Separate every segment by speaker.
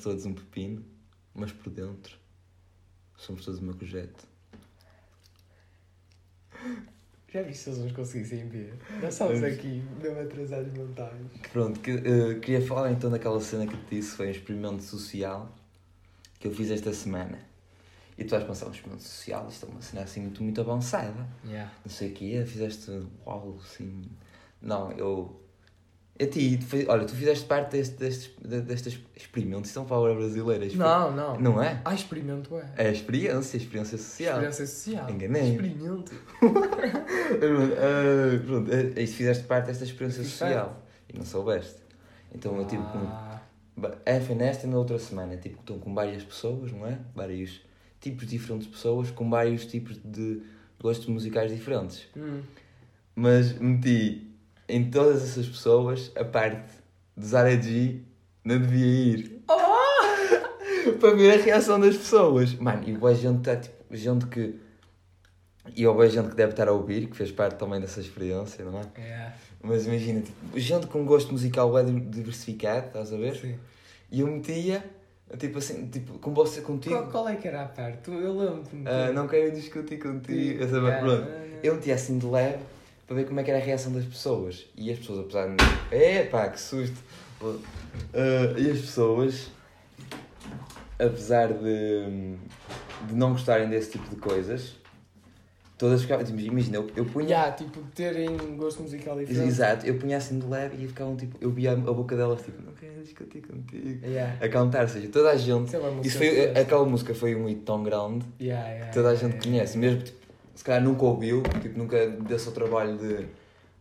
Speaker 1: todos um pepino, mas por dentro somos todos uma cojete.
Speaker 2: Já viste se eles nos conseguissem ver? Nós estamos
Speaker 1: Vamos.
Speaker 2: aqui, mesmo atrasados mentais.
Speaker 1: Pronto, que, eh, queria falar então daquela cena que te disse, foi um experimento social que eu fiz esta semana. E tu vais pensar, um experimento social, isto é uma cena assim muito, muito avançada.
Speaker 2: Yeah.
Speaker 1: Não sei o quê, fizeste uau, assim... Não, eu... A ti, tu fi- olha, tu fizeste parte deste, deste, de- destes experimentos, isto é uma palavra brasileira. exper-
Speaker 2: Não, não.
Speaker 1: Não é?
Speaker 2: Ah, experimento é.
Speaker 1: É experiência, experiência social.
Speaker 2: Experiência social.
Speaker 1: Enganei.
Speaker 2: Experimento.
Speaker 1: Ah, pronto, ah, isto fizeste parte desta experiência
Speaker 2: Fiz
Speaker 1: social e não soubeste. Então eu tive que.
Speaker 2: Ah,
Speaker 1: Ba- É, foi nesta e na outra semana. Tipo, estão com várias pessoas, não é? Vários tipos diferentes de pessoas com vários tipos de gostos musicais diferentes.
Speaker 2: hum.
Speaker 1: Mas meti em todas essas pessoas a parte de Zara G não devia ir. Para ver a reação das pessoas. Mano, e boa gente está tipo, gente que. E houve gente que deve estar a ouvir, que fez parte também dessa experiência, não é?
Speaker 2: É.
Speaker 1: Mas imagina, tipo, gente com gosto musical é diversificado, estás a ver?
Speaker 2: Sim.
Speaker 1: E eu metia, tipo assim, tipo, com você
Speaker 2: Qual,
Speaker 1: contigo.
Speaker 2: qual é que era a parte? Eu lembro-me.
Speaker 1: Ah, não quero discutir contigo. Essa,
Speaker 2: Yeah.
Speaker 1: pronto. Eu metia assim de leve para ver como é que era a reação das pessoas. E as pessoas, apesar de. Epá, que susto! Ah, e as pessoas, apesar de, de não gostarem desse tipo de coisas, todas ficavam. tipo, Imagina, eu, eu punha.
Speaker 2: Yeah, tipo, terem gosto musical diferente.
Speaker 1: Exato, eu punha assim de leve e ficavam tipo. Eu via a boca delas tipo, não quero discutir contigo.
Speaker 2: Yeah.
Speaker 1: A cantar, ou seja, toda a gente.
Speaker 2: Isso é uma música
Speaker 1: Isso foi,
Speaker 2: diferente.
Speaker 1: aquela música foi um hit tão grande
Speaker 2: Yeah, yeah,
Speaker 1: que toda a
Speaker 2: yeah,
Speaker 1: gente
Speaker 2: yeah.
Speaker 1: conhece, mesmo tipo, se calhar nunca ouviu, tipo, nunca desse o trabalho de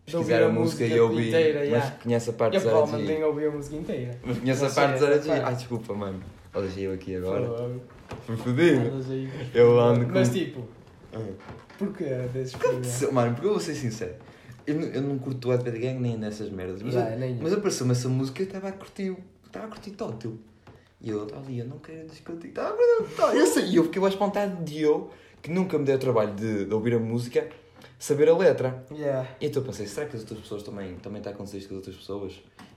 Speaker 1: pesquisar
Speaker 2: ouvir
Speaker 1: a
Speaker 2: a
Speaker 1: música e
Speaker 2: música
Speaker 1: ouvir,
Speaker 2: inteira,
Speaker 1: mas
Speaker 2: yeah.
Speaker 1: conhece a parte
Speaker 2: Eu
Speaker 1: de
Speaker 2: provavelmente
Speaker 1: Zaraji.
Speaker 2: tenho ouvido a música inteira.
Speaker 1: Mas conhece a
Speaker 2: Não sei,
Speaker 1: parte de
Speaker 2: essa
Speaker 1: Zaraji.
Speaker 2: parte.
Speaker 1: Ai, desculpa, mano. Olha, eu aqui agora.
Speaker 2: Fogo.
Speaker 1: Foi fodido.
Speaker 2: Andas aí.
Speaker 1: Eu ando com-
Speaker 2: Mas tipo,
Speaker 1: Ah.
Speaker 2: porquê é desses problemas?
Speaker 1: Se- Mano, porque eu vou ser sincero, eu, não- eu não curto o Advent Gang nem nessas merdas, mas,
Speaker 2: Yeah,
Speaker 1: eu-
Speaker 2: nem eu.
Speaker 1: mas apareceu-me essa música e estava a curtir, estava a curtir tótil. E eu, ali, eu não quero discutir, estava a curtir tótil. Eu sei, e eu fiquei à vontade de eu, que nunca me dei o trabalho de, de ouvir a música, saber a letra.
Speaker 2: Yeah.
Speaker 1: E então eu pensei, será que as outras pessoas também, também está a acontecer isto com as outras pessoas?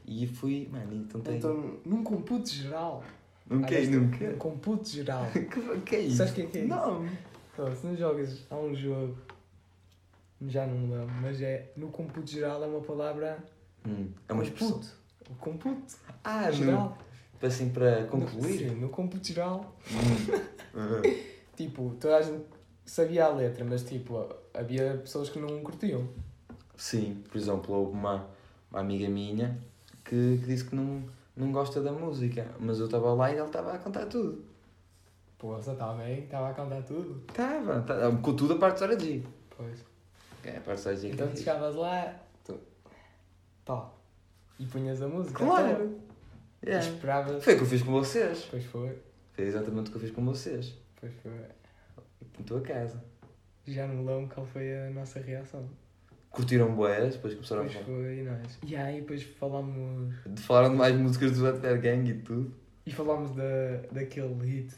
Speaker 1: E fui, mano, e tentei.
Speaker 2: Então, num computo geral.
Speaker 1: nunca,
Speaker 2: Aliás, Num
Speaker 1: nunca.
Speaker 2: computo geral.
Speaker 1: Que, que é isso?
Speaker 2: Sabes o que é que é isso?
Speaker 1: Não.
Speaker 2: Então, se não jogas a um jogo, já não me lembro, mas é no computo geral é uma palavra.
Speaker 1: Hum, é uma expressão.
Speaker 2: computo. O computo
Speaker 1: Ah, não.
Speaker 2: geral.
Speaker 1: Assim, para
Speaker 2: No,
Speaker 1: concluir.
Speaker 2: sim, no computo geral.
Speaker 1: Hum.
Speaker 2: Tipo, toda a gente sabia a letra, mas tipo, havia pessoas que não curtiam.
Speaker 1: Sim, por exemplo, houve uma, uma amiga minha que, que disse que não, não gosta da música, mas eu estava lá e ela estava a cantar tudo.
Speaker 2: Pô, você estava tá bem, estava a cantar tudo.
Speaker 1: Estava, estava, Tá, com tudo a parte da hora de G.
Speaker 2: Pois.
Speaker 1: É, a parte da hora de G que
Speaker 2: Então
Speaker 1: é
Speaker 2: tu
Speaker 1: fixe.
Speaker 2: chegavas lá, tu. Pá. E punhas a música. tá?
Speaker 1: Claro!
Speaker 2: E
Speaker 1: Yeah.
Speaker 2: Esperavas.
Speaker 1: Foi o que eu fiz com vocês.
Speaker 2: Pois foi,
Speaker 1: Foi exatamente o que eu fiz com vocês.
Speaker 2: pois foi.
Speaker 1: Na tua casa.
Speaker 2: Já não me lembro qual foi a nossa reação.
Speaker 1: Curtiram boés, depois começaram a
Speaker 2: Pois foi, nós. E aí depois falámos.
Speaker 1: falar. Falaram de mais músicas do Adver Gang e tudo.
Speaker 2: E falámos da, daquele hit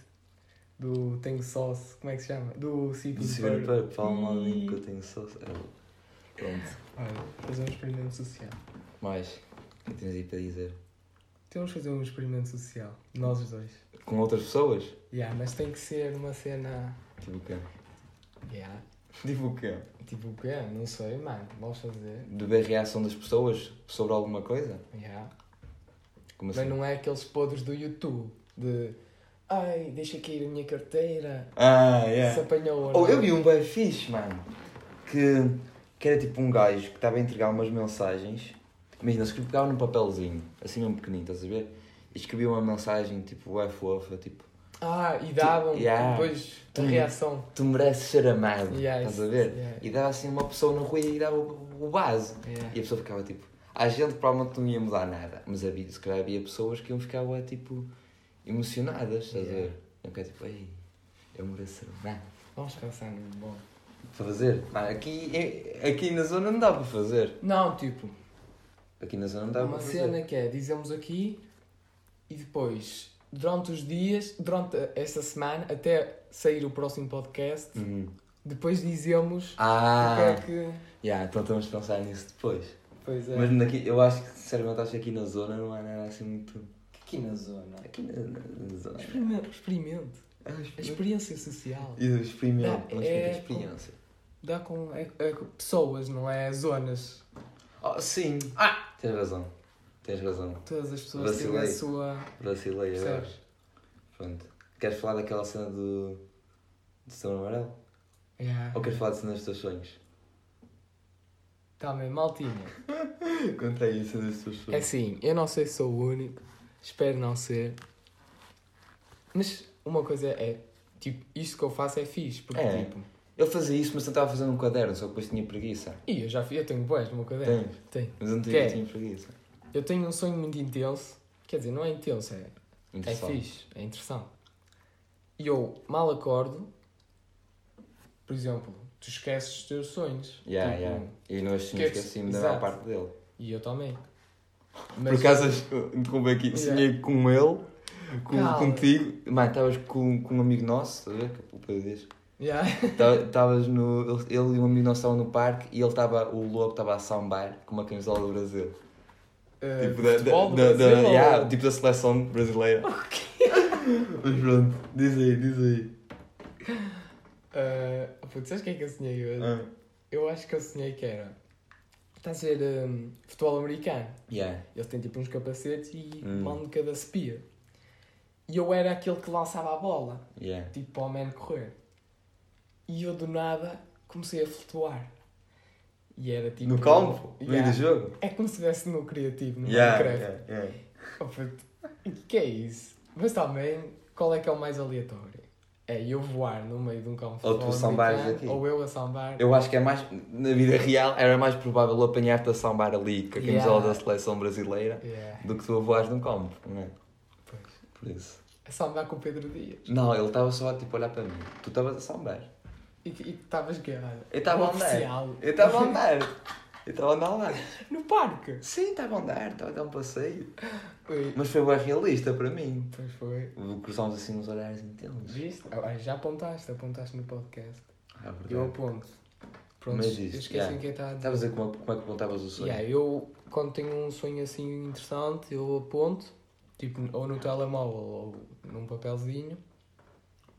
Speaker 2: do Tenho Sauce, como é que se chama? Do
Speaker 1: Do
Speaker 2: City
Speaker 1: Silver
Speaker 2: Bird.
Speaker 1: Pub, falam mal de mim que eu
Speaker 2: Ih.
Speaker 1: tenho só. é, Pronto.
Speaker 2: Olha, fazer um experimento social.
Speaker 1: Mais. O que tens aí para dizer?
Speaker 2: Temos de fazer um experimento social, nós os dois.
Speaker 1: Com outras pessoas?
Speaker 2: Yeah, mas tem que ser uma cena.
Speaker 1: Tipo o quê?
Speaker 2: Yeah.
Speaker 1: Tipo o quê?
Speaker 2: Tipo o quê? Não sei, mano. Vamos fazer.
Speaker 1: De ver a reação das pessoas sobre alguma coisa?
Speaker 2: Yeah.
Speaker 1: Como
Speaker 2: Mas
Speaker 1: assim?
Speaker 2: não é aqueles podres do YouTube de. Ai, deixa cair a minha carteira.
Speaker 1: Ah,
Speaker 2: Se
Speaker 1: yeah.
Speaker 2: apanhou ou
Speaker 1: Ou
Speaker 2: não.
Speaker 1: eu vi um bem fixe, mano. Que, que era tipo um gajo que estava a entregar umas mensagens. Imagina, se pegava num papelzinho, assim mesmo pequenino, estás a ver? E escrevia uma mensagem tipo, ué, fofa, tipo.
Speaker 2: Ah, e davam
Speaker 1: Tu- yeah. Hum.
Speaker 2: depois a
Speaker 1: Tu-
Speaker 2: reação.
Speaker 1: tu mereces ser amado,
Speaker 2: Yeah,
Speaker 1: estás
Speaker 2: isso-
Speaker 1: a ver?
Speaker 2: yeah.
Speaker 1: E dava assim uma pessoa na rua e dava o, o base.
Speaker 2: Yeah.
Speaker 1: E a pessoa ficava tipo, a gente provavelmente não ia mudar nada, mas havia, se calhar havia pessoas que iam ficar ué, tipo emocionadas, estás a
Speaker 2: Yeah.
Speaker 1: ver? Eu ficar tipo, ei, eu mereço ser amado.
Speaker 2: Vamos pensar no bom.
Speaker 1: Fazer, Mas aqui, é, aqui na zona não dá para fazer.
Speaker 2: Não, tipo,
Speaker 1: Aqui na zona não
Speaker 2: há
Speaker 1: dá
Speaker 2: uma
Speaker 1: para fazer.
Speaker 2: cena que é, dizemos aqui e depois, durante os dias, durante esta semana, até sair o próximo podcast,
Speaker 1: Uhum.
Speaker 2: depois dizemos
Speaker 1: Ah,
Speaker 2: o que é que.
Speaker 1: yeah, então estamos a pensar nisso depois.
Speaker 2: Pois é.
Speaker 1: Mas daqui, eu acho que, sinceramente, acho que aqui na zona não há nada assim muito.
Speaker 3: Aqui na zona.
Speaker 1: Aqui na, na- na zona.
Speaker 2: Experimento. Experimente.
Speaker 1: Ah,
Speaker 2: A
Speaker 1: experimenta.
Speaker 2: experiência social
Speaker 1: E experimenta.
Speaker 2: Não,
Speaker 1: Vamos
Speaker 2: é-
Speaker 1: ver a experiência.
Speaker 2: dá com é- é com pessoas, não é zonas.
Speaker 1: Oh, sim.
Speaker 2: Ah!
Speaker 1: Tens razão. Tens razão.
Speaker 2: Todas as pessoas têm a
Speaker 1: Vacilei.
Speaker 2: sua.
Speaker 1: Vacilei agora.
Speaker 2: Percebes?
Speaker 1: Pronto. Queres falar daquela cena do. do Setembro Amarelo?
Speaker 2: Yeah.
Speaker 1: Ou queres falar de cenas dos teus sonhos?
Speaker 2: Tá mesmo, maltinha.
Speaker 1: Conta aí, cenas dos teus
Speaker 2: É
Speaker 1: sonhos.
Speaker 2: assim, eu não sei se sou o único, espero não ser. Mas uma coisa é, tipo, isto que eu faço é fixe, porque
Speaker 1: É.
Speaker 2: tipo.
Speaker 1: Eu fazia isso, mas tentava fazer num caderno, só que depois tinha preguiça.
Speaker 2: E eu já fiz, eu tenho boés no meu caderno.
Speaker 1: Tens?
Speaker 2: Tenho.
Speaker 1: Mas antes
Speaker 2: Que é?
Speaker 1: eu tinha preguiça.
Speaker 2: Eu tenho um sonho muito intenso, quer dizer, não é intenso, é, é
Speaker 1: Interessante.
Speaker 2: fixe, é interessante. E eu mal acordo, por exemplo, tu esqueces os teus sonhos.
Speaker 1: Yeah,
Speaker 2: tipo,
Speaker 1: yeah. E nós
Speaker 2: que é que-
Speaker 1: esquecíamos da maior
Speaker 2: Exato.
Speaker 1: parte dele.
Speaker 2: E eu também.
Speaker 1: Por acaso, acho- como é que
Speaker 2: Yeah.
Speaker 1: sonhei com ele, com,
Speaker 2: Calma.
Speaker 1: contigo. Mano, estavas com, com um amigo nosso, estás a ver? é O Pedro diz.
Speaker 2: Yeah.
Speaker 1: Tipo, Estavas Tá, no. Ele ele e um amigo nosso estavam no parque e ele estava. O lobo estava a sambar com uma camisola do Brasil.
Speaker 2: Eh,
Speaker 1: Tipo da,
Speaker 2: futebol do
Speaker 1: da, da, da,
Speaker 2: Brasil,
Speaker 1: yeah,
Speaker 2: ou-
Speaker 1: tipo da seleção brasileira. Mas pronto, diz aí, diz aí.
Speaker 2: Eh, putz, sabes o que é que eu sonhei hoje?
Speaker 1: Ah.
Speaker 2: Eu acho que eu sonhei que era. Está a ser hum, futebol americano.
Speaker 1: Yeah.
Speaker 2: Eles têm tipo uns capacetes e
Speaker 1: Hum.
Speaker 2: mão de cada espia. E eu era aquele que lançava a bola,
Speaker 1: Yeah.
Speaker 2: tipo para o man correr. E eu do nada comecei a flutuar. E era tipo.
Speaker 1: No campo? No meio
Speaker 2: Yeah.
Speaker 1: do jogo?
Speaker 2: É como se estivesse no criativo, no
Speaker 1: Yeah,
Speaker 2: Minecraft.
Speaker 1: yeah, yeah.
Speaker 2: Oh, puto, que é isso? Mas também, qual é que é o mais aleatório? É eu voar no meio de um campo de
Speaker 1: Ou tu
Speaker 2: futebol
Speaker 1: sambares
Speaker 2: americano,
Speaker 1: aqui.
Speaker 2: Ou eu a sambar.
Speaker 1: Eu acho que é mais. Na vida real era mais provável apanhar-te a sambar ali com a camisola
Speaker 2: Yeah.
Speaker 1: da seleção brasileira
Speaker 2: Yeah,
Speaker 1: do que tu a voares num campo, não é?
Speaker 2: pois.
Speaker 1: Por isso.
Speaker 2: A sambar É com o Pedro Dias.
Speaker 1: Não, ele estava só a tipo olhar para mim. Tu estavas a sambar.
Speaker 2: E que- e que estavas guerra.
Speaker 1: Eu estava a andar.
Speaker 2: oficial.
Speaker 1: Eu estava a andar. Eu estava a andar lá.
Speaker 2: No parque.
Speaker 1: Sim, estava a andar, estava a dar um passeio.
Speaker 2: Ui,
Speaker 1: Mas foi bem realista para mim.
Speaker 2: Pois foi.
Speaker 1: Cruzámos assim nos olhares intensos.
Speaker 2: Viste? Ah, já apontaste, apontaste no podcast.
Speaker 1: Ah,
Speaker 2: Eu
Speaker 1: verdade.
Speaker 2: aponto. Pronto,
Speaker 1: Mas
Speaker 2: eu
Speaker 1: isto,
Speaker 2: esqueci
Speaker 1: yeah.
Speaker 2: em quem está a dizer.
Speaker 1: Estavas a dizer como, é- como é que contavas o sonho?
Speaker 2: Yeah, eu, quando tenho um sonho assim interessante, eu aponto, tipo, ou no telemóvel ou num papelzinho,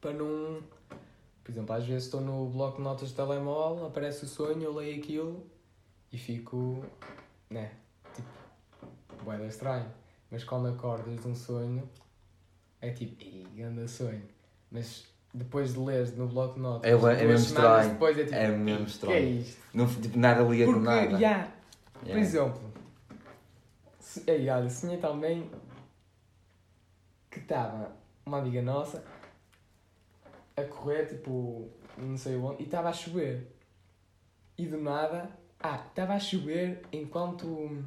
Speaker 2: para não. Por exemplo, às vezes estou no bloco de notas de telemóvel, aparece o sonho, eu leio aquilo e fico. né? Tipo, boeda estranho. Mas quando acordas de um sonho, é tipo, ei, grande sonho. Mas depois de leres no bloco de notas,
Speaker 1: É bué- é
Speaker 2: duas
Speaker 1: mesmo
Speaker 2: semanas
Speaker 1: estranho.
Speaker 2: Depois é tipo,
Speaker 1: É mesmo
Speaker 2: "Ei, Que é
Speaker 1: estranho."
Speaker 2: isto?
Speaker 1: Não, tipo, nada liga com
Speaker 2: Porque,
Speaker 1: nada.
Speaker 2: yeah, por
Speaker 1: Yeah.
Speaker 2: exemplo, se- ei, olha, sonhei também que estava uma amiga nossa a correr, tipo, não sei onde, e estava a chover. E do nada, ah, estava a chover enquanto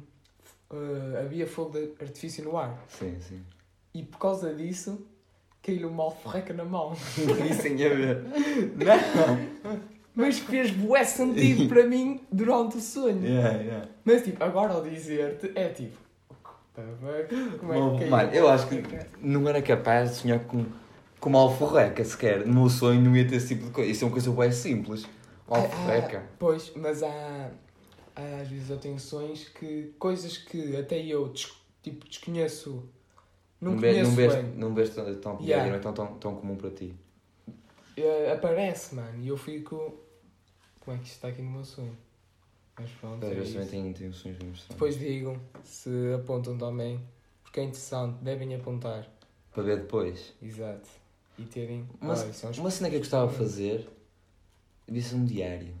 Speaker 2: eh, havia fogo de artifício no ar.
Speaker 1: Sim, sim.
Speaker 2: E por causa disso, caiu-lhe uma alforreca na mão.
Speaker 1: Isso tinha a ver. Não.
Speaker 2: Mas fez bué sentido para mim durante o sonho.
Speaker 1: Yeah, yeah.
Speaker 2: Mas tipo, agora ao dizer-te é tipo. tá bem, Como
Speaker 1: Bom,
Speaker 2: é que é
Speaker 1: mano, eu acho que não era capaz de sonhar com, com uma alforreca sequer. No meu sonho não ia ter esse tipo de coisa. Isso é uma coisa bem simples. Uma
Speaker 2: Ah,
Speaker 1: alforreca.
Speaker 2: Pois, mas há, há, Às vezes eu tenho sonhos que. coisas que até eu des- tipo, desconheço. Não,
Speaker 1: vês-
Speaker 2: conheço
Speaker 1: não vês,
Speaker 2: bem.
Speaker 1: Não vês tão, tão,
Speaker 2: Yeah.
Speaker 1: não é tão, tão, tão comum para ti.
Speaker 2: Eh, aparece, mano, e eu fico. Como é que isto está aqui no meu sonho? Mas pronto.
Speaker 1: Às
Speaker 2: É
Speaker 1: vezes também
Speaker 2: isso.
Speaker 1: tenho, tenho sonhos muito estranhos.
Speaker 2: Depois digam se apontam também. Porque é interessante, devem apontar.
Speaker 1: Para ver depois.
Speaker 2: Exato. E terem.
Speaker 1: Mas-
Speaker 2: Ah, isso é um
Speaker 1: Uma cena que eu gostava de fazer devia ser um diário.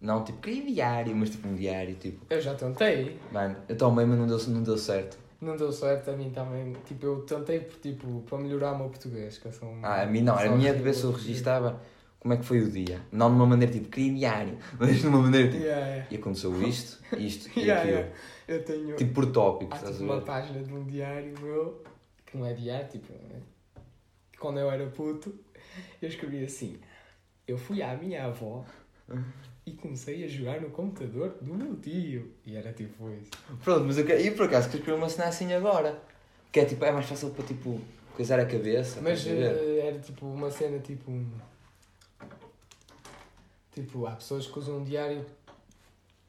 Speaker 1: Não, tipo, queria diário, mas tipo um diário, tipo.
Speaker 2: Eu já tentei.
Speaker 1: Mano, eu tomei, mas não deu, não deu certo.
Speaker 2: Não deu certo a mim também. Tipo, eu tentei por, tipo, para melhorar o meu português, que eu sou um-
Speaker 1: Ah, a mim não, a
Speaker 2: sou
Speaker 1: minha
Speaker 2: horrível.
Speaker 1: de ver se eu registava como é que foi o dia. Não de uma maneira tipo, queria diário, mas de uma maneira tipo.
Speaker 2: Yeah, yeah.
Speaker 1: E aconteceu isto, isto e
Speaker 2: Yeah,
Speaker 1: aquilo.
Speaker 2: yeah. Eu tenho
Speaker 1: Tipo por tópicos,
Speaker 2: há,
Speaker 1: estás
Speaker 2: tipo,
Speaker 1: a
Speaker 2: uma
Speaker 1: ver?
Speaker 2: página de um diário meu, que não é diário, tipo, né? quando eu era puto, eu escrevi assim: Eu fui à minha avó
Speaker 1: Uhum.
Speaker 2: e comecei a jogar no computador do meu tio. E era tipo isso.
Speaker 1: Pronto, mas eu quero. E por acaso quero escrever uma cena assim agora. Que é tipo, é mais fácil para tipo coisar a cabeça.
Speaker 2: Mas
Speaker 1: estás a ver?
Speaker 2: eh, era tipo uma cena tipo. um- Tipo, há pessoas que usam um diário,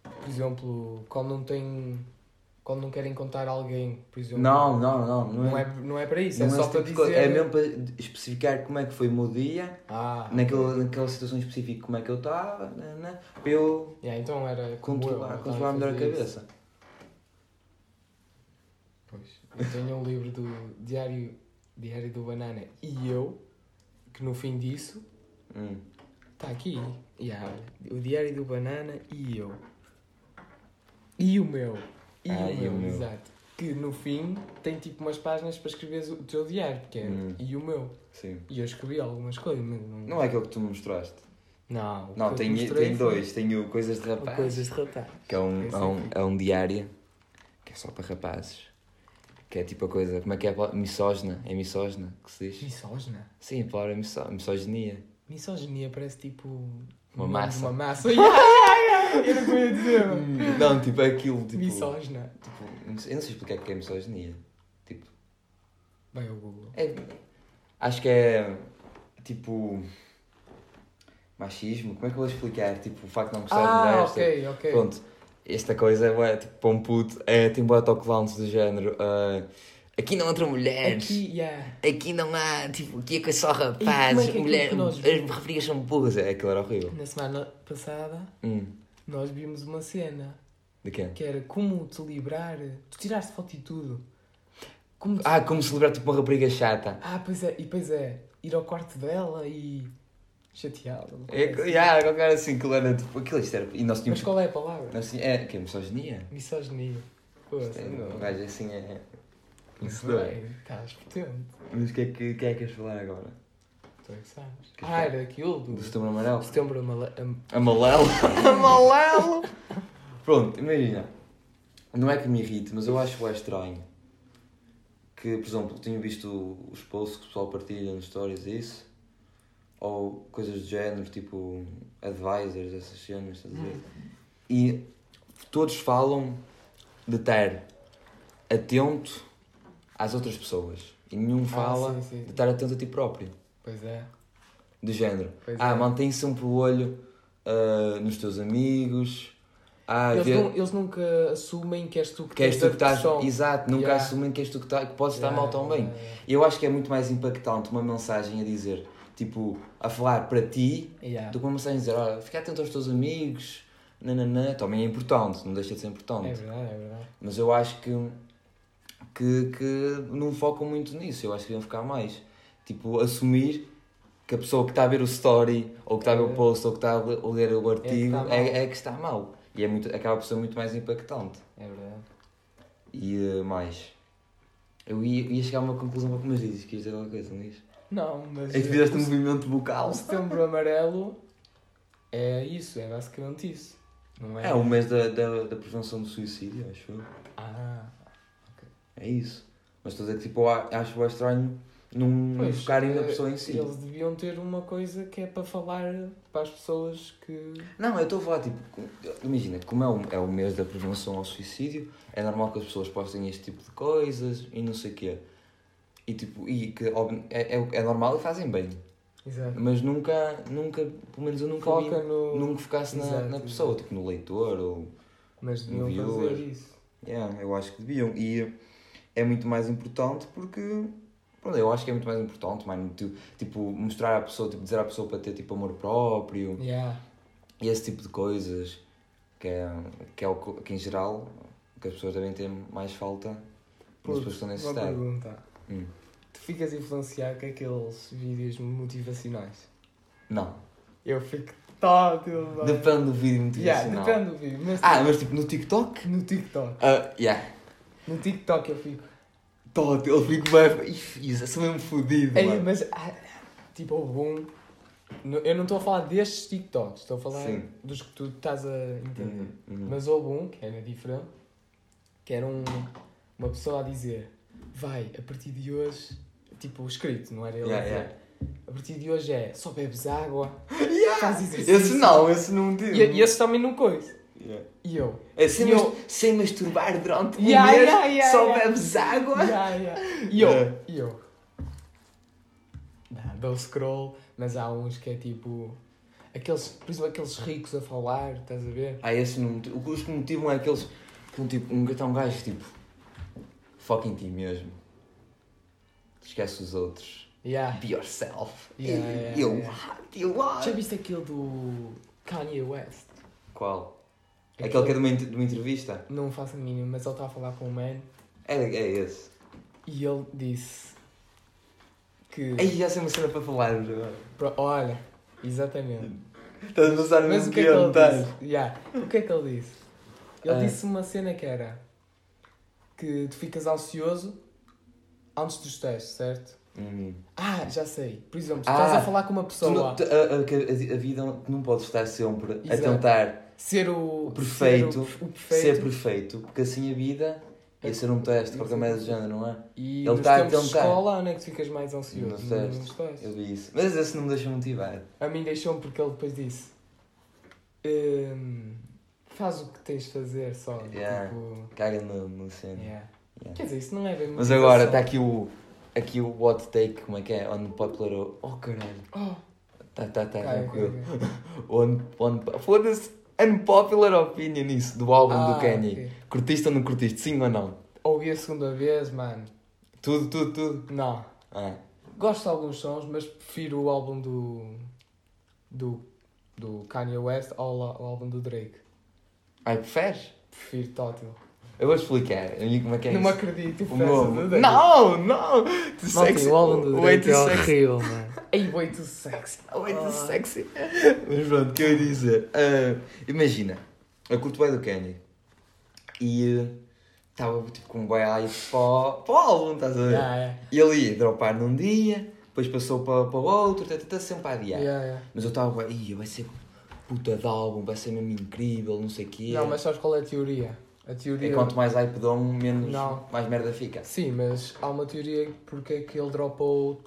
Speaker 2: por exemplo, quando não têm quando não querem contar alguém, por exemplo.
Speaker 1: Não, não, não.
Speaker 2: Não é, não é para isso,
Speaker 1: não
Speaker 2: é só
Speaker 1: esse
Speaker 2: para
Speaker 1: tipo de coisa.
Speaker 2: dizer.
Speaker 1: É mesmo para especificar como é que foi o meu dia,
Speaker 2: Ah,
Speaker 1: naquela, naquela situação específica, como é que eu estava, né, né, para eu
Speaker 2: yeah, então era. como eu,
Speaker 1: controlar,
Speaker 2: eu
Speaker 1: controlar
Speaker 2: também
Speaker 1: melhor a
Speaker 2: fazia
Speaker 1: cabeça.
Speaker 2: isso. Pois. Eu tenho um livro do Diário, Diário do Banana e eu, que no fim disso,
Speaker 1: Hum.
Speaker 2: está Tá aqui. Yeah, o Diário do Banana e eu. E o meu. E
Speaker 1: Ah,
Speaker 2: o, meu, exato. Que no fim tem tipo umas páginas para escreveres o teu diário, que é
Speaker 1: Hum.
Speaker 2: e o meu.
Speaker 1: Sim.
Speaker 2: E eu escrevi algumas coisas, mas não.
Speaker 1: Não é aquele que tu me mostraste.
Speaker 2: Não, o
Speaker 1: Não,
Speaker 2: que eu te
Speaker 1: tenho,
Speaker 2: mostrei
Speaker 1: tenho
Speaker 2: foi
Speaker 1: dois. Tenho Coisas de Rapaz,
Speaker 2: Coisas de rapaz.
Speaker 1: que é um,
Speaker 2: Esse
Speaker 1: é, um, é um diário que é só para rapazes. Que é tipo a coisa, como é que é? a palavra? Misógina. É misógina que se diz?
Speaker 2: Misógina.
Speaker 1: Sim, a palavra é miso- misoginia.
Speaker 2: Misoginia parece tipo.
Speaker 1: Uma
Speaker 2: um nome de
Speaker 1: massa.
Speaker 2: Uma massa. Yeah, yeah, yeah. Eu não queria dizer. mano.
Speaker 1: Não, tipo é aquilo, tipo.
Speaker 2: Misógina.
Speaker 1: tipo, eu não sei explicar o que é misoginia. Tipo,
Speaker 2: Vai ao Google.
Speaker 1: é, acho que é tipo. Machismo, como é que eu vou explicar? Tipo, o facto de não gostar de
Speaker 2: Ah,
Speaker 1: mulheres. tipo,
Speaker 2: ok, ok.
Speaker 1: Pronto, esta coisa é tipo para um puto, é, tem boa autocolantes do género. ah, aqui não entram mulheres, aqui...
Speaker 2: Aqui, yeah.
Speaker 1: não há, tipo, aqui é coisa só
Speaker 2: E como é que é
Speaker 1: rapazes,
Speaker 2: aquilo que
Speaker 1: mulheres,
Speaker 2: nós
Speaker 1: as
Speaker 2: vimos?
Speaker 1: raparigas são burras. É, aquilo era horrível.
Speaker 2: Na semana passada,
Speaker 1: Hum,
Speaker 2: nós vimos uma cena
Speaker 1: de quê?
Speaker 2: que era como te livrar. Tu tiraste foto e tudo. Como te-
Speaker 1: Ah, como celebrar tipo uma rapariga chata.
Speaker 2: Ah, pois é, e pois é, ir ao quarto dela e chateá-la. não
Speaker 1: É,
Speaker 2: parece?
Speaker 1: yeah, qualquer assim, aquilo era tipo, aquilo isto era. E nós
Speaker 2: Mas
Speaker 1: tínhamos.
Speaker 2: qual é a palavra?
Speaker 1: Nós tínhamos é, que é misoginia?
Speaker 2: Misoginia. Pô,
Speaker 1: Isto é,
Speaker 2: assim, não.
Speaker 1: Um gajo assim é. conhecedor.
Speaker 2: Bem, Estás potente.
Speaker 1: Mas o que é que, que é que queres falar agora?
Speaker 2: Tu é que sabes.
Speaker 1: Que
Speaker 2: Ah,
Speaker 1: foi?
Speaker 2: era aquilo do.
Speaker 1: Do setembro amarelo?
Speaker 2: Setembro amale- am-
Speaker 1: Amarelo?
Speaker 2: amarelo.
Speaker 1: Pronto, imagina. Não é que me irrite, mas eu acho que é estranho. Que, por exemplo, tenho visto os posts que o pessoal partilha nos stories e isso. Ou coisas do género, tipo advisors, essas cenas, estás a ver? E todos falam de estar atento às outras pessoas. E nenhum fala
Speaker 2: Ah, sim, sim.
Speaker 1: de estar atento a ti próprio.
Speaker 2: Pois é.
Speaker 1: Do género.
Speaker 2: Pois
Speaker 1: ah,
Speaker 2: é.
Speaker 1: mantém sempre o olho ah, nos teus amigos. Ah,
Speaker 2: Eles,
Speaker 1: vê-
Speaker 2: nu- eles nunca assumem que és tu que
Speaker 1: que és
Speaker 2: tens
Speaker 1: tu que
Speaker 2: a Ah,
Speaker 1: estás.
Speaker 2: depressão.
Speaker 1: Exato, nunca
Speaker 2: Yeah.
Speaker 1: assumem que és tu que, tá, que podes estar
Speaker 2: Yeah,
Speaker 1: mal também.
Speaker 2: yeah, yeah.
Speaker 1: Eu acho que é muito mais impactante uma mensagem a dizer, tipo, a falar para ti,
Speaker 2: Yeah.
Speaker 1: do que uma mensagem a dizer, olha, fica atento aos teus amigos, nananã. Também é importante, não deixa de ser importante.
Speaker 2: É verdade, é verdade.
Speaker 1: Mas eu acho que, que, que não focam muito nisso, eu acho que iam ficar mais. Tipo, assumir que a pessoa que está a ver o story, ou que está a ver o post, ou que está a le- a ler o artigo,
Speaker 2: está mal.
Speaker 1: é, é que está mal. E é muito, acaba por ser muito mais impactante.
Speaker 2: É verdade.
Speaker 1: E eh, mais. Eu ia, ia chegar a uma conclusão, mas dizes que isto é alguma coisa, não diz?
Speaker 2: Não, mas.
Speaker 1: É que
Speaker 2: eh,
Speaker 1: fizeste
Speaker 2: o
Speaker 1: um movimento vocal.
Speaker 2: O setembro amarelo é isso, é basicamente isso. Não é?
Speaker 1: É o mês da, da, da prevenção do suicídio, acho eu.
Speaker 2: Ah,
Speaker 1: É isso. Mas estou a dizer que tipo, eu a- acho bem estranho não
Speaker 2: pois,
Speaker 1: focarem na
Speaker 2: eh,
Speaker 1: pessoa em si.
Speaker 2: Eles deviam ter uma coisa que é para falar para as pessoas que.
Speaker 1: Não, eu estou a falar, tipo, com- imagina, como é o, é o mês da prevenção ao suicídio, é normal que as pessoas postem este tipo de coisas e não sei o quê. E tipo, e que ob- é, é, é normal e fazem bem.
Speaker 2: Exato.
Speaker 1: Mas nunca, nunca, pelo menos eu nunca
Speaker 2: Foca
Speaker 1: vi,
Speaker 2: no.
Speaker 1: nunca focasse na,
Speaker 2: Exato,
Speaker 1: na pessoa, tipo no leitor ou...
Speaker 2: Mas
Speaker 1: no
Speaker 2: deviam fazer
Speaker 1: viewer.
Speaker 2: isso.
Speaker 1: Yeah, eu acho que deviam. E é muito mais importante porque. Pronto, eu acho que é muito mais importante, mano. tu- Tipo, mostrar à pessoa, tipo, dizer à pessoa para ter tipo amor próprio
Speaker 2: Yeah.
Speaker 1: e esse tipo de coisas que é, que é o co- que em geral que as pessoas devem ter mais falta nas pessoas que estão nesse
Speaker 2: uma
Speaker 1: estado.
Speaker 2: pergunta.
Speaker 1: Hum.
Speaker 2: Tu ficas influenciado com aqueles vídeos motivacionais?
Speaker 1: Não.
Speaker 2: Eu fico tótil, mano.
Speaker 1: Depende do vídeo
Speaker 2: Yeah,
Speaker 1: motivacional.
Speaker 2: depende do vídeo. Mas
Speaker 1: Ah, mas tipo no TikTok?
Speaker 2: no TikTok.
Speaker 1: ah yeah.
Speaker 2: No TikTok eu fico.
Speaker 1: Tot, ele fica bem. Ih, Isso é mesmo fodido,
Speaker 2: Ei,
Speaker 1: mano.
Speaker 2: mas ah, tipo, houve um. no- Eu não estou a falar destes TikToks, estou a falar
Speaker 1: Sim.
Speaker 2: dos que tu estás a entender.
Speaker 1: Hum, hum.
Speaker 2: Mas houve um que era diferente, que era um, uma pessoa a dizer: Vai, a partir de hoje. Tipo, escrito, não era ele
Speaker 1: Yeah,
Speaker 2: a dizer. A partir de hoje é só bebes água, faz exercício.
Speaker 1: Esse não, esse não diz.
Speaker 2: E, e esse também não coisa.
Speaker 1: Yeah.
Speaker 2: E eu.
Speaker 1: É, sem,
Speaker 2: E eu-
Speaker 1: mas- sem masturbar durante um
Speaker 2: Yeah,
Speaker 1: mês,
Speaker 2: yeah, yeah,
Speaker 1: só
Speaker 2: yeah.
Speaker 1: bebes água. É.
Speaker 2: Yeah, yeah. E eu.
Speaker 1: Yeah.
Speaker 2: E eu. Dá- Dou um scroll, mas há uns que é tipo. Aqueles, por exemplo, aqueles ricos a falar, estás a ver?
Speaker 1: Ah, esse não motiva. Os que motivam é aqueles Então, tipo, um, então, um gajo, tipo, foca em ti mesmo. Esquece os outros.
Speaker 2: Yeah.
Speaker 1: Be yourself.
Speaker 2: Yeah, yeah,
Speaker 1: you
Speaker 2: yeah.
Speaker 1: are, you are.
Speaker 2: Já viste aquele do Kanye West?
Speaker 1: Qual? Aquele que é de uma, inter- de uma entrevista?
Speaker 2: Não faço a mínima, mas ele está a falar com um man
Speaker 1: É, é esse.
Speaker 2: e ele disse que.
Speaker 1: Aí já sei uma cena para falar. agora.
Speaker 2: Pro- Olha, exatamente.
Speaker 1: Estás a pensar
Speaker 2: Mas
Speaker 1: mesmo
Speaker 2: o que é que
Speaker 1: eu, não
Speaker 2: ele
Speaker 1: estás?
Speaker 2: disse? Yeah. O que é que ele disse? Ele
Speaker 1: Ah.
Speaker 2: disse uma cena que era que tu ficas ansioso antes dos testes, certo?
Speaker 1: Hum.
Speaker 2: Ah, já sei. Por exemplo, tu
Speaker 1: Ah,
Speaker 2: estás a falar com uma
Speaker 1: Tu
Speaker 2: pessoa,
Speaker 1: não- tu- a, a- que a- a vida não- tu não podes estar sempre a
Speaker 2: Exato.
Speaker 1: tentar
Speaker 2: ser o
Speaker 1: Perfeito,
Speaker 2: ser o, o
Speaker 1: ser
Speaker 2: perfeito. É
Speaker 1: perfeito, porque assim a vida ia ser um teste, qualquer merda do género, não é?
Speaker 2: E
Speaker 1: Ele
Speaker 2: nos
Speaker 1: tá a
Speaker 2: tempos de
Speaker 1: tentar.
Speaker 2: escola, onde é que tu ficas mais ansioso?
Speaker 1: Nos
Speaker 2: Nos
Speaker 1: testes.
Speaker 2: testes.
Speaker 1: Eu vi isso. Mas esse não me deixa motivar.
Speaker 2: A mim deixou-me porque ele depois disse: "Hum, Faz o que tens de fazer só.
Speaker 1: Yeah.
Speaker 2: Tipo,
Speaker 1: Caga no, no cena.
Speaker 2: yeah.
Speaker 1: Yeah.
Speaker 2: Quer dizer, isso não é bem
Speaker 1: Mas agora está
Speaker 2: motivação.
Speaker 1: aqui o. Aqui o what take, como é que é? On popular. Oh caralho.
Speaker 2: Oh,
Speaker 1: Tá, tá, tá,
Speaker 2: cai,
Speaker 1: tranquilo.
Speaker 2: cai, cai.
Speaker 1: On, on, Foda-se. Unpopular opinion isso, do álbum
Speaker 2: Ah,
Speaker 1: do Kanye.
Speaker 2: ok.
Speaker 1: Curtiste ou não curtiste? Sim ou não?
Speaker 2: Ouvi a segunda vez, mano.
Speaker 1: Tudo, tudo, tudo.
Speaker 2: Não.
Speaker 1: Ah,
Speaker 2: Gosto de alguns sons, mas prefiro o álbum do. do. do Kanye West ao, lá- ao álbum do Drake.
Speaker 1: ai, preferes?
Speaker 2: Prefiro Tótil.
Speaker 1: Eu vou explicar. Eu digo como é que é
Speaker 2: não
Speaker 1: isso.
Speaker 2: me acredito,
Speaker 1: O
Speaker 2: peças do
Speaker 1: novo.
Speaker 2: Drake.
Speaker 1: Não, não! Too
Speaker 2: Malta,
Speaker 1: sexy.
Speaker 2: o álbum do
Speaker 1: Way
Speaker 2: Drake é
Speaker 1: too sexy.
Speaker 2: horrível, mano. Ei, way too sexy.
Speaker 1: Way too
Speaker 2: Ah.
Speaker 1: sexy. Oh. Mas pronto, o que eu ia dizer? Ah, imagina, eu curto bem do Kanye e estava tipo com um boi aí para, para o álbum, estás a ver?
Speaker 2: Yeah, yeah.
Speaker 1: E ele ia dropar num dia, depois passou para, para o outro, tá, tá, tá, sempre a adiar.
Speaker 2: Yeah, yeah.
Speaker 1: Mas eu estava, ia, vai ser puta de álbum, vai ser mesmo incrível, não sei o quê.
Speaker 2: Não, mas sabes qual é a teoria? A
Speaker 1: E
Speaker 2: teoria.
Speaker 1: É quanto mais hype dão, menos,
Speaker 2: Não.
Speaker 1: mais merda fica.
Speaker 2: Sim, mas há uma teoria porque é que ele dropou.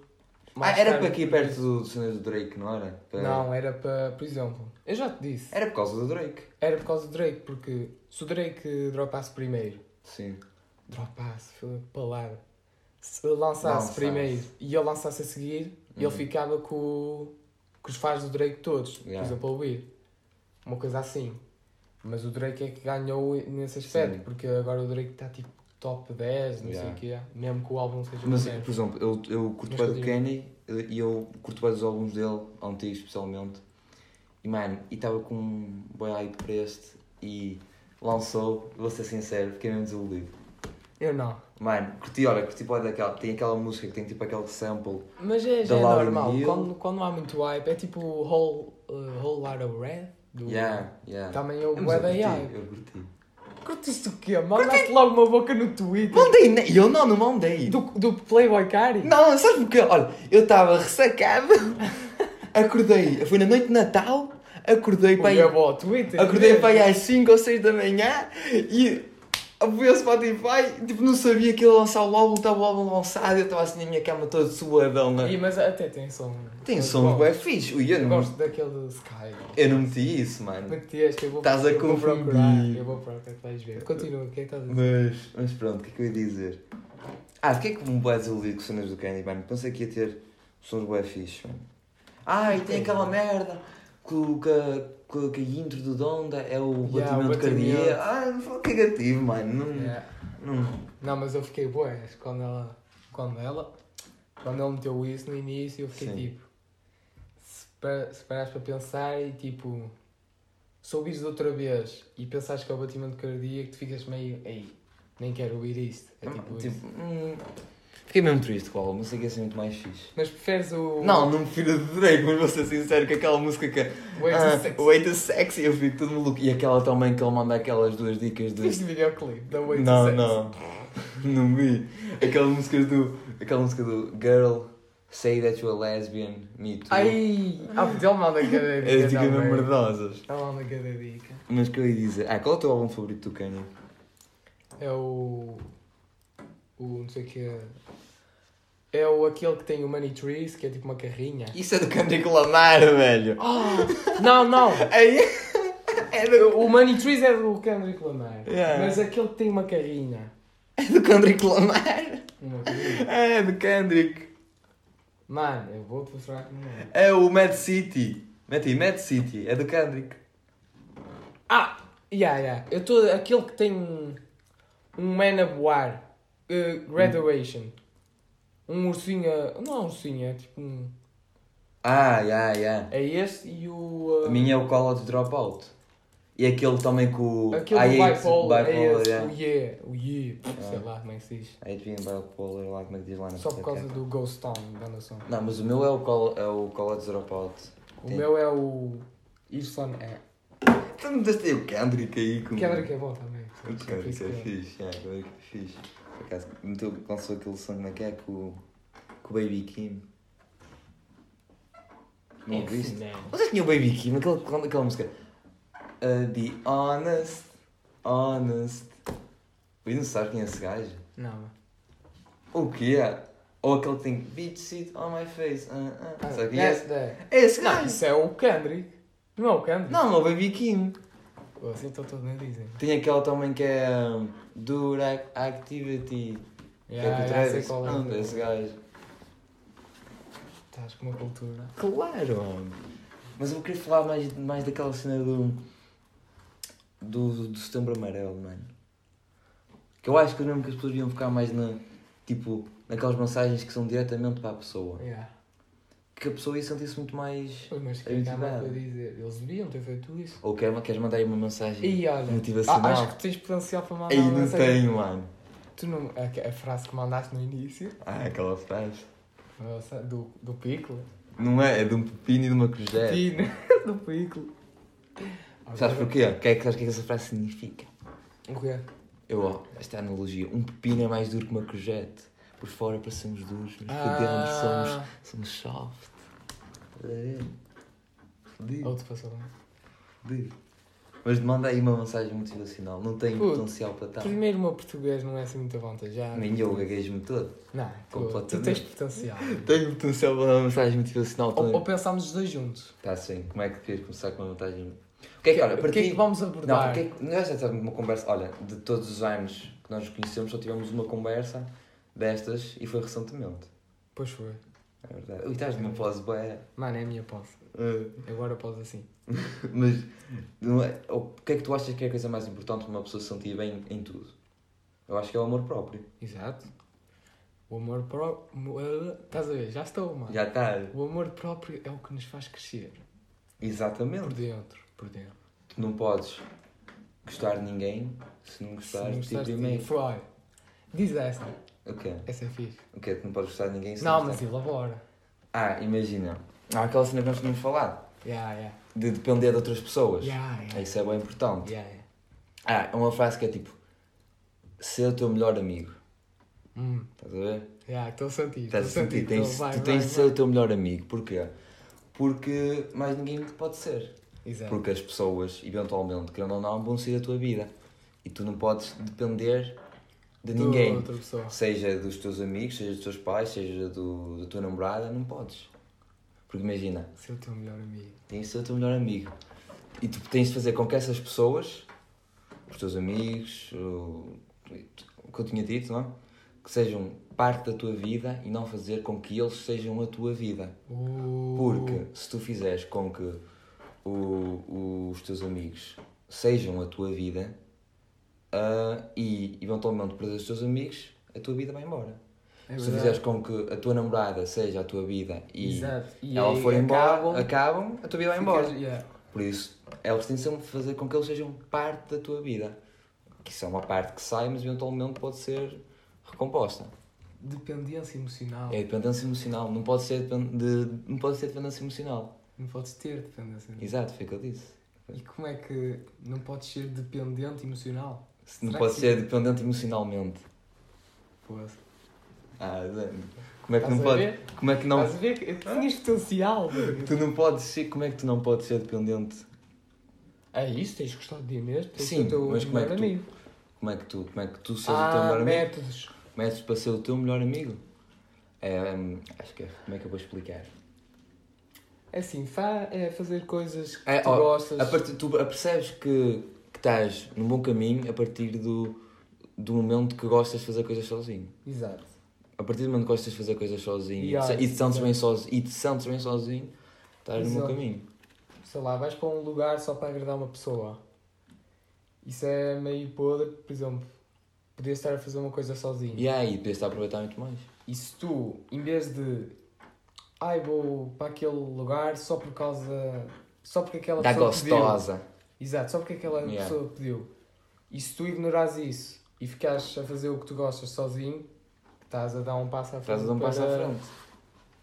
Speaker 2: mais
Speaker 1: ah, era
Speaker 2: tarde.
Speaker 1: para aqui perto do, do cenário do Drake, não era? Para-
Speaker 2: é- Não, era para. Por exemplo, eu já te disse.
Speaker 1: Era por causa do Drake.
Speaker 2: Era por causa do Drake, porque se o Drake dropasse primeiro,
Speaker 1: Sim.
Speaker 2: dropasse, foi a palavra. Se lançasse
Speaker 1: Lançasse.
Speaker 2: primeiro e ele lançasse a seguir,
Speaker 1: Hum.
Speaker 2: ele ficava com, com os fãs do Drake todos,
Speaker 1: Yeah.
Speaker 2: por exemplo, a ouvir. Uma coisa assim. Mas o Drake é que ganhou nesse aspecto,
Speaker 1: Sim.
Speaker 2: porque agora o Drake está tipo top 10, não
Speaker 1: Yeah.
Speaker 2: sei o quê, mesmo que o álbum seja
Speaker 1: Mas, é
Speaker 2: um zero.
Speaker 1: por exemplo, eu, eu curto
Speaker 2: Mas
Speaker 1: bem do
Speaker 2: continua.
Speaker 1: Kenny e eu curto bem dos álbuns dele, antigos especialmente. E, mano, e estava com um boy hype para este e lançou, vou ser sincero, fiquei mesmo desiludido.
Speaker 2: Eu não.
Speaker 1: Mano, curti, olha, curti bem daquela, tem aquela música que tem tipo aquele sample.
Speaker 2: Mas é, já é
Speaker 1: Lauryn
Speaker 2: normal,
Speaker 1: Hill.
Speaker 2: quando, quando não há muito hype, é tipo o Whole, uh, whole Lot of Red. Do...
Speaker 1: Yeah, yeah.
Speaker 2: Também é o
Speaker 1: Mas eu
Speaker 2: Web AI.
Speaker 1: curti, eu curti.
Speaker 2: Curtiste o quê? Mandaste logo uma boca no Twitter
Speaker 1: Mandei, ne- eu não, não mandei.
Speaker 2: do, do Playboy Cari?
Speaker 1: Não, sabe porquê? Olha, eu estava ressacado, acordei, foi na noite de Natal, acordei para aí,
Speaker 2: Eu vou ao Twitter.
Speaker 1: acordei para aí às 5 ou 6 da manhã e fui ao Spotify, tipo, não sabia que ia lançar o álbum, estava o álbum lançado, eu estava assim na minha cama todo suadão,
Speaker 2: E,
Speaker 1: né?
Speaker 2: mas até tem som.
Speaker 1: Tem
Speaker 2: Eu
Speaker 1: som,
Speaker 2: gosto.
Speaker 1: é fixe, Ui, eu
Speaker 2: Eu
Speaker 1: não,
Speaker 2: gosto daquele do Sky. é
Speaker 1: eu não meti isso, mano.
Speaker 2: Meteste, eu vou
Speaker 1: Estás a
Speaker 2: eu vou
Speaker 1: confundir.
Speaker 2: procurar. Eu vou procurar, vais ver. Continua, o que é que estás a dizer?
Speaker 1: Mas, mas pronto, o que é que eu ia dizer? Ah, fiquei com um bué desiludido com as cenas do Candy, mano. Pensei que ia ter sons bué fixe, mano. Ah, e tem aquela merda com que, a- com que a intro do Donda é o
Speaker 2: Yeah, o
Speaker 1: batimento
Speaker 2: batimento.
Speaker 1: cardíaco. Ah, foi cagativo, mano. Não,
Speaker 2: Yeah.
Speaker 1: não.
Speaker 2: É. Não, mas eu fiquei boa. Quando ela. Quando ela. Quando ele meteu isso no início, eu fiquei
Speaker 1: Sim.
Speaker 2: tipo. Se, pa- se parares para pensar e tipo. Se ouvires outra vez e pensares que é o batimento cardíaco, tu ficas meio. Ei, nem quero ouvir isto. É tipo, isso.
Speaker 1: Tipo, hum, fiquei mesmo triste com a álbum, sei que ia ser muito mais fixe.
Speaker 2: Mas preferes o.
Speaker 1: Não, não prefiro de Drake, mas vou ser sincero que aquela música que.
Speaker 2: Wait a
Speaker 1: ah,
Speaker 2: sec-
Speaker 1: Wait a Sexy, eu fico todo maluco. E aquela também que ele manda aquelas duas dicas de.
Speaker 2: Viste o videoclipe da Wait a
Speaker 1: Não,
Speaker 2: Sec?
Speaker 1: não. Não vi. Aquela música do. Aquela música do Girl, say that you're lesbian, me too.
Speaker 2: Ai! Ah, porque ele manda cada dica.
Speaker 1: As dicas
Speaker 2: também.
Speaker 1: É, mesmo merdosas.
Speaker 2: Ele manda cada dica.
Speaker 1: Mas o que eu ia dizer? Ah, qual é o teu álbum favorito do Kanye?
Speaker 2: É o. O não sei o que é. É o aquele que tem o Money Trees, que é tipo uma carrinha.
Speaker 1: Isso é do Kendrick Lamar, velho.
Speaker 2: Oh, não, não!
Speaker 1: Aí. É do,
Speaker 2: O Money Trees é do Kendrick Lamar.
Speaker 1: Yeah.
Speaker 2: Mas aquele que tem uma carrinha.
Speaker 1: é do Kendrick Lamar.
Speaker 2: Uma carrinha.
Speaker 1: É do Kendrick.
Speaker 2: Mano, eu vou-te mostrar que não é.
Speaker 1: É o Mad City. Mete aí, Mad City. É do Kendrick.
Speaker 2: Ah! Yeah, yeah. Eu estou. Aquele que tem um. Um man a voar. Uh, graduation. Um ursinho. a- Não é um ursinho, é tipo um.
Speaker 1: Ah, yeah, yeah.
Speaker 2: É esse e o. uh,
Speaker 1: A minha é o College Dropout. E aquele também com o.
Speaker 2: Aquele
Speaker 1: Ah,
Speaker 2: do
Speaker 1: esse,
Speaker 2: bipolar, é esse,
Speaker 1: yeah.
Speaker 2: o yeah, o yeah, sei
Speaker 1: Ah.
Speaker 2: lá como é que se diz.
Speaker 1: Adrian Bipolar, lá como é que diz lá na
Speaker 2: Só por causa
Speaker 1: capa.
Speaker 2: do Ghost Town, da noção.
Speaker 1: Não, mas o meu é o, col... é o College Dropout.
Speaker 2: O
Speaker 1: Tem.
Speaker 2: meu é o Irson é.
Speaker 1: Tu me deste aí o Kendrick aí como.
Speaker 2: Kendrick é bom também.
Speaker 1: O Kendrick Hum. é fixe, é, o Kendrick é fixe. Por acaso, meteu, lançou aquele som como é que é com, o- com o Baby Kim.
Speaker 2: É
Speaker 1: Não ouviste? Vocês tinham o Baby Kim, aquele, aquela, aquela música. Uh, be honest, honest. Ui, não sabes quem é esse gajo?
Speaker 2: Não.
Speaker 1: O que é? Ou aquele que tem Beach Seat on my face. Uh, uh.
Speaker 2: Ah,
Speaker 1: Sabe quem é? esse?
Speaker 2: yes, é.
Speaker 1: É esse
Speaker 2: Não,
Speaker 1: gajo!
Speaker 2: isso é o Kendrick. Não é o Kendrick.
Speaker 1: Não, é o Baby Kim.
Speaker 2: Pô, Assim estão todos nem dizem.
Speaker 1: Tem aquela também que é. Um, Do Rack Activity.
Speaker 2: Yeah,
Speaker 1: que é com o
Speaker 2: yeah, sei
Speaker 1: Travis.
Speaker 2: qual é.
Speaker 1: Não, esse gajo.
Speaker 2: Estás com uma cultura.
Speaker 1: Claro! homem. Mas eu queria falar mais, mais daquela cena do, do. do setembro amarelo, mano. Que eu acho que eu lembro que as pessoas iam ficar mais na. tipo, naquelas mensagens que são diretamente para a pessoa.
Speaker 2: Yeah.
Speaker 1: Que a pessoa ia sentir-se muito mais.
Speaker 2: Pois, Mas o que
Speaker 1: É
Speaker 2: é que há mais
Speaker 1: verdade.
Speaker 2: para dizer? Eles deviam ter feito isso.
Speaker 1: Ou quer, queres mandar aí uma mensagem
Speaker 2: E olha,
Speaker 1: Hum, motivacional?
Speaker 2: ah, acho que Ah, tens potencial para mandar
Speaker 1: Aí
Speaker 2: uma
Speaker 1: não
Speaker 2: mensagem.
Speaker 1: tenho, mano.
Speaker 2: Tu não, a, a frase que mandaste no início,
Speaker 1: Ah, aquela frase.
Speaker 2: nossa, do, do Piccolo.
Speaker 1: Não é? É de um pepino e de uma cruzé.
Speaker 2: Pino, do Piccolo.
Speaker 1: Sabes porquê? Que é que, sabes o que é que essa frase significa?
Speaker 2: O quê?
Speaker 1: Eu, ó, esta analogia. Um pepino é mais duro que uma cojete. Por fora parecemos duros, mas por dentro somos,
Speaker 2: Ah,
Speaker 1: somos soft. Estás a ver? Fudido,
Speaker 2: Outro passou bem.
Speaker 1: fudido. Mas manda aí uma mensagem motivacional. Não tenho
Speaker 2: Puto,
Speaker 1: potencial para tal.
Speaker 2: Primeiro, o meu português não é assim muito avantajado.
Speaker 1: Tá. Nem eu gaguejo-me todo.
Speaker 2: Não, tu,
Speaker 1: Completamente.
Speaker 2: tu tens potencial.
Speaker 1: Tenho potencial para uma mensagem motivacional
Speaker 2: ou, ou
Speaker 1: também.
Speaker 2: pensámos os dois juntos.
Speaker 1: Oh, Tá sim. Como é que querias começar com uma mensagem? O que é que, olha, para
Speaker 2: o que é
Speaker 1: ti-
Speaker 2: que vamos
Speaker 1: Não,
Speaker 2: abordar?
Speaker 1: porque é que nós já tivemos uma conversa. Olha, de todos os anos que nós nos conhecemos, só tivemos uma conversa destas e foi recentemente.
Speaker 2: Pois foi.
Speaker 1: É verdade. Ui, estás numa pose bué.
Speaker 2: Mano, é a minha pose. Agora pose assim.
Speaker 1: Mas não é- o que é que tu achas que é a coisa mais importante para uma pessoa se sentir bem em tudo? Eu acho que é o amor próprio.
Speaker 2: Exato. O amor próprio. Estás a ver? Já estou, mano.
Speaker 1: Já tá, está.
Speaker 2: O amor próprio é o que nos faz crescer. Por
Speaker 1: Exatamente.
Speaker 2: dentro. Por dentro.
Speaker 1: Tu não podes gostar de ninguém se não
Speaker 2: Se
Speaker 1: gostares
Speaker 2: não
Speaker 1: tipo de ti
Speaker 2: gostaste de mim,
Speaker 1: primeiro.
Speaker 2: Foi. Diz essa.
Speaker 1: O quê?
Speaker 2: Essa é fixe.
Speaker 1: O quê? Tu não podes gostar de ninguém se não,
Speaker 2: Não, mas
Speaker 1: gostares-
Speaker 2: elabora.
Speaker 1: Ah, imagina. Há aquela cena que nós tínhamos falado.
Speaker 2: Yeah, yeah.
Speaker 1: De depender de outras pessoas.
Speaker 2: Yeah, yeah.
Speaker 1: Isso é bem importante.
Speaker 2: Yeah, yeah.
Speaker 1: Ah, é uma frase que é tipo... Ser o teu melhor amigo.
Speaker 2: Hum.
Speaker 1: Estás a ver?
Speaker 2: Yeah, estou a sentir. Estou a
Speaker 1: Estás a sentir?
Speaker 2: sentir.
Speaker 1: Tens,
Speaker 2: Então, vai,
Speaker 1: tu
Speaker 2: vai,
Speaker 1: tens de ser
Speaker 2: vai.
Speaker 1: o teu melhor amigo. Porquê? Porque mais ninguém pode ser.
Speaker 2: Exato.
Speaker 1: Porque as pessoas, eventualmente, querendo ou não, vão sair da tua vida. E tu não podes depender de
Speaker 2: Do-
Speaker 1: ninguém.
Speaker 2: Outra pessoa.
Speaker 1: Seja dos teus amigos, seja dos teus pais, seja do, da tua namorada, não podes. Porque imagina,
Speaker 2: Ser o teu melhor amigo.
Speaker 1: tens de ser o teu melhor amigo. E tu tens de fazer com que essas pessoas, os teus amigos, o, o que eu tinha dito, não é? Que sejam parte da tua vida e não fazer com que eles sejam a tua vida.
Speaker 2: Uh,
Speaker 1: Porque se tu fizeres com que o- o- os teus amigos sejam a tua vida ah, e eventualmente perderes os teus amigos, a tua vida vai embora.
Speaker 2: é
Speaker 1: se tu
Speaker 2: verdade.
Speaker 1: fizeres com que a tua namorada seja a tua vida e
Speaker 2: Exato. E
Speaker 1: ela
Speaker 2: aí
Speaker 1: for embora,
Speaker 2: acabam,
Speaker 1: acabam, a tua vida vai
Speaker 2: ficas-
Speaker 1: embora.
Speaker 2: é, yeah.
Speaker 1: Por isso, eles têm sempre de fazer com que eles sejam parte da tua vida. Que isso é uma parte que sai, mas eventualmente pode ser recomposta.
Speaker 2: Dependência emocional.
Speaker 1: É dependência emocional, não pode ser, depen- de- não pode ser dependência emocional.
Speaker 2: Não podes ter dependência.
Speaker 1: Exato, foi o que eu disse.
Speaker 2: E como é que não podes ser dependente emocional?
Speaker 1: Se não
Speaker 2: Será
Speaker 1: pode
Speaker 2: que
Speaker 1: ser dependente emocionalmente.
Speaker 2: Pô,
Speaker 1: Ah, Zé, como é que
Speaker 2: Estás
Speaker 1: não
Speaker 2: a
Speaker 1: pode?
Speaker 2: ver?
Speaker 1: Como é que não
Speaker 2: Estás a ver? que Tinhas potencial. mano.
Speaker 1: tu não podes ser, como é que tu não podes ser dependente?
Speaker 2: É isso? Tens gostado de Inês? Tens
Speaker 1: Sim,
Speaker 2: o teu
Speaker 1: mas como é
Speaker 2: melhor
Speaker 1: que tu-
Speaker 2: amigo.
Speaker 1: Como é que tu, como é que tu seres o teu
Speaker 2: Ah,
Speaker 1: melhor amigo?
Speaker 2: métodos.
Speaker 1: Métodos para ser o teu melhor amigo? É, hum, acho que é- como é que eu vou explicar?
Speaker 2: É assim, fa é fazer coisas que
Speaker 1: É,
Speaker 2: tu
Speaker 1: ó,
Speaker 2: gostas.
Speaker 1: A partir, tu percebes que, que estás num bom caminho a partir do, do momento que gostas de fazer coisas sozinho.
Speaker 2: Exato.
Speaker 1: A partir do momento que gostas de fazer coisas sozinho e
Speaker 2: Yeah,
Speaker 1: te- e te sentes
Speaker 2: exato.
Speaker 1: bem sozinho, e te sentes bem sozinho, estás no bom
Speaker 2: Exato.
Speaker 1: caminho.
Speaker 2: sei lá, vais para um lugar só para agradar uma pessoa Isso é meio podre, por exemplo, podias estar a fazer uma coisa sozinho.
Speaker 1: E aí, podias-te aproveitar muito mais.
Speaker 2: E se tu, em vez de ai, vou para aquele lugar só por causa. só porque aquela
Speaker 1: Dá
Speaker 2: pessoa pediu.
Speaker 1: gostosa.
Speaker 2: Exato, só porque aquela
Speaker 1: Yeah.
Speaker 2: pessoa pediu. E se tu ignorares isso e ficares a fazer o que tu gostas sozinho, estás a dar um passo à frente.
Speaker 1: Estás a dar um passo à
Speaker 2: para
Speaker 1: frente.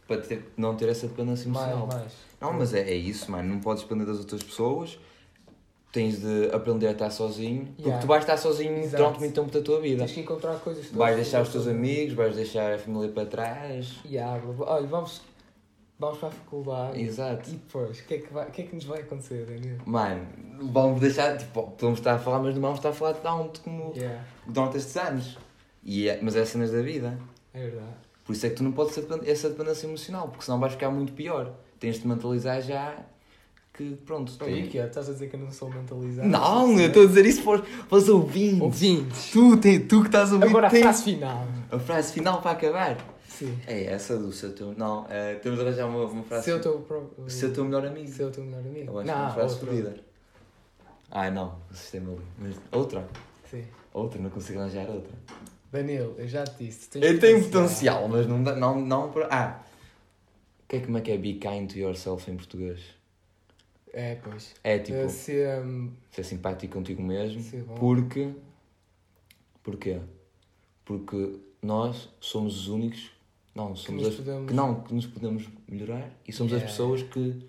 Speaker 1: Para ter- não ter essa dependência emocional.
Speaker 2: Mais, mais.
Speaker 1: Não, mas é, é isso, mano. Não podes depender das outras pessoas. Tens de aprender a estar sozinho. Porque
Speaker 2: Yeah.
Speaker 1: tu vais estar sozinho
Speaker 2: Exato.
Speaker 1: durante muito tempo da tua vida.
Speaker 2: Tens que encontrar coisas que tu
Speaker 1: Vais
Speaker 2: gostas
Speaker 1: deixar os
Speaker 2: de
Speaker 1: teus
Speaker 2: fazer.
Speaker 1: amigos, vais deixar a família para trás.
Speaker 2: Yeah, blá, blá. Olha, vamos, vamos para a faculdade.
Speaker 1: Exato.
Speaker 2: E depois, o que, é que vai- o que é que nos vai acontecer, Daniel?
Speaker 1: Mano, vamos deixar, tipo, podemos estar a falar, mas não vamos estar a falar de Down-te como
Speaker 2: Yeah,
Speaker 1: durante estes anos. E é- mas é cenas da vida.
Speaker 2: é verdade.
Speaker 1: Por isso é que tu não podes ter depen- essa dependência emocional, porque senão vais ficar muito pior. Tens de mentalizar já que pronto.
Speaker 2: Olha, e
Speaker 1: tu-
Speaker 2: o que é? Estás a dizer que eu não sou mentalizado?
Speaker 1: Não, eu estou a dizer isso para os- para os ouvintes.
Speaker 2: Ouvintes!
Speaker 1: Tu, tem, tu que estás a ouvir,
Speaker 2: Agora a
Speaker 1: tens-
Speaker 2: frase final.
Speaker 1: a frase final para acabar.
Speaker 2: Sim.
Speaker 1: É essa do seu teu. Não, eh, temos de arranjar uma, uma frase.
Speaker 2: Se eu estou pro...
Speaker 1: Seu teu melhor amigo.
Speaker 2: Se eu estou melhor amigo.
Speaker 1: Eu acho que é uma frase fodida. Ah, não, o sistema ali. Mas outra,
Speaker 2: Sim.
Speaker 1: outra, não consigo arranjar outra.
Speaker 2: Daniel, eu já te disse. tu tens
Speaker 1: Eu tenho
Speaker 2: potencial.
Speaker 1: potencial, mas não dá. Não, não para. Ah! O que é como é que é be kind to yourself em português?
Speaker 2: É, pois.
Speaker 1: É tipo,
Speaker 2: Eh, se, hum,
Speaker 1: ser simpático contigo mesmo.
Speaker 2: se bom.
Speaker 1: Porque. Porquê? Porque nós somos os únicos. Não,
Speaker 2: que
Speaker 1: somos
Speaker 2: nos
Speaker 1: as.
Speaker 2: podemos...
Speaker 1: Que não, que nos podemos melhorar e somos as
Speaker 2: Yeah.
Speaker 1: pessoas que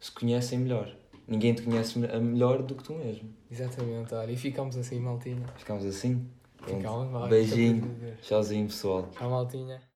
Speaker 1: se conhecem melhor. Ninguém te conhece me- a melhor do que tu mesmo.
Speaker 2: Exatamente, olha. E ficamos assim, maltinha.
Speaker 1: Ficamos assim? Pronto.
Speaker 2: Ficamos, vai.
Speaker 1: Beijinho. Tchauzinho, pessoal.
Speaker 2: Tchau, maltinha.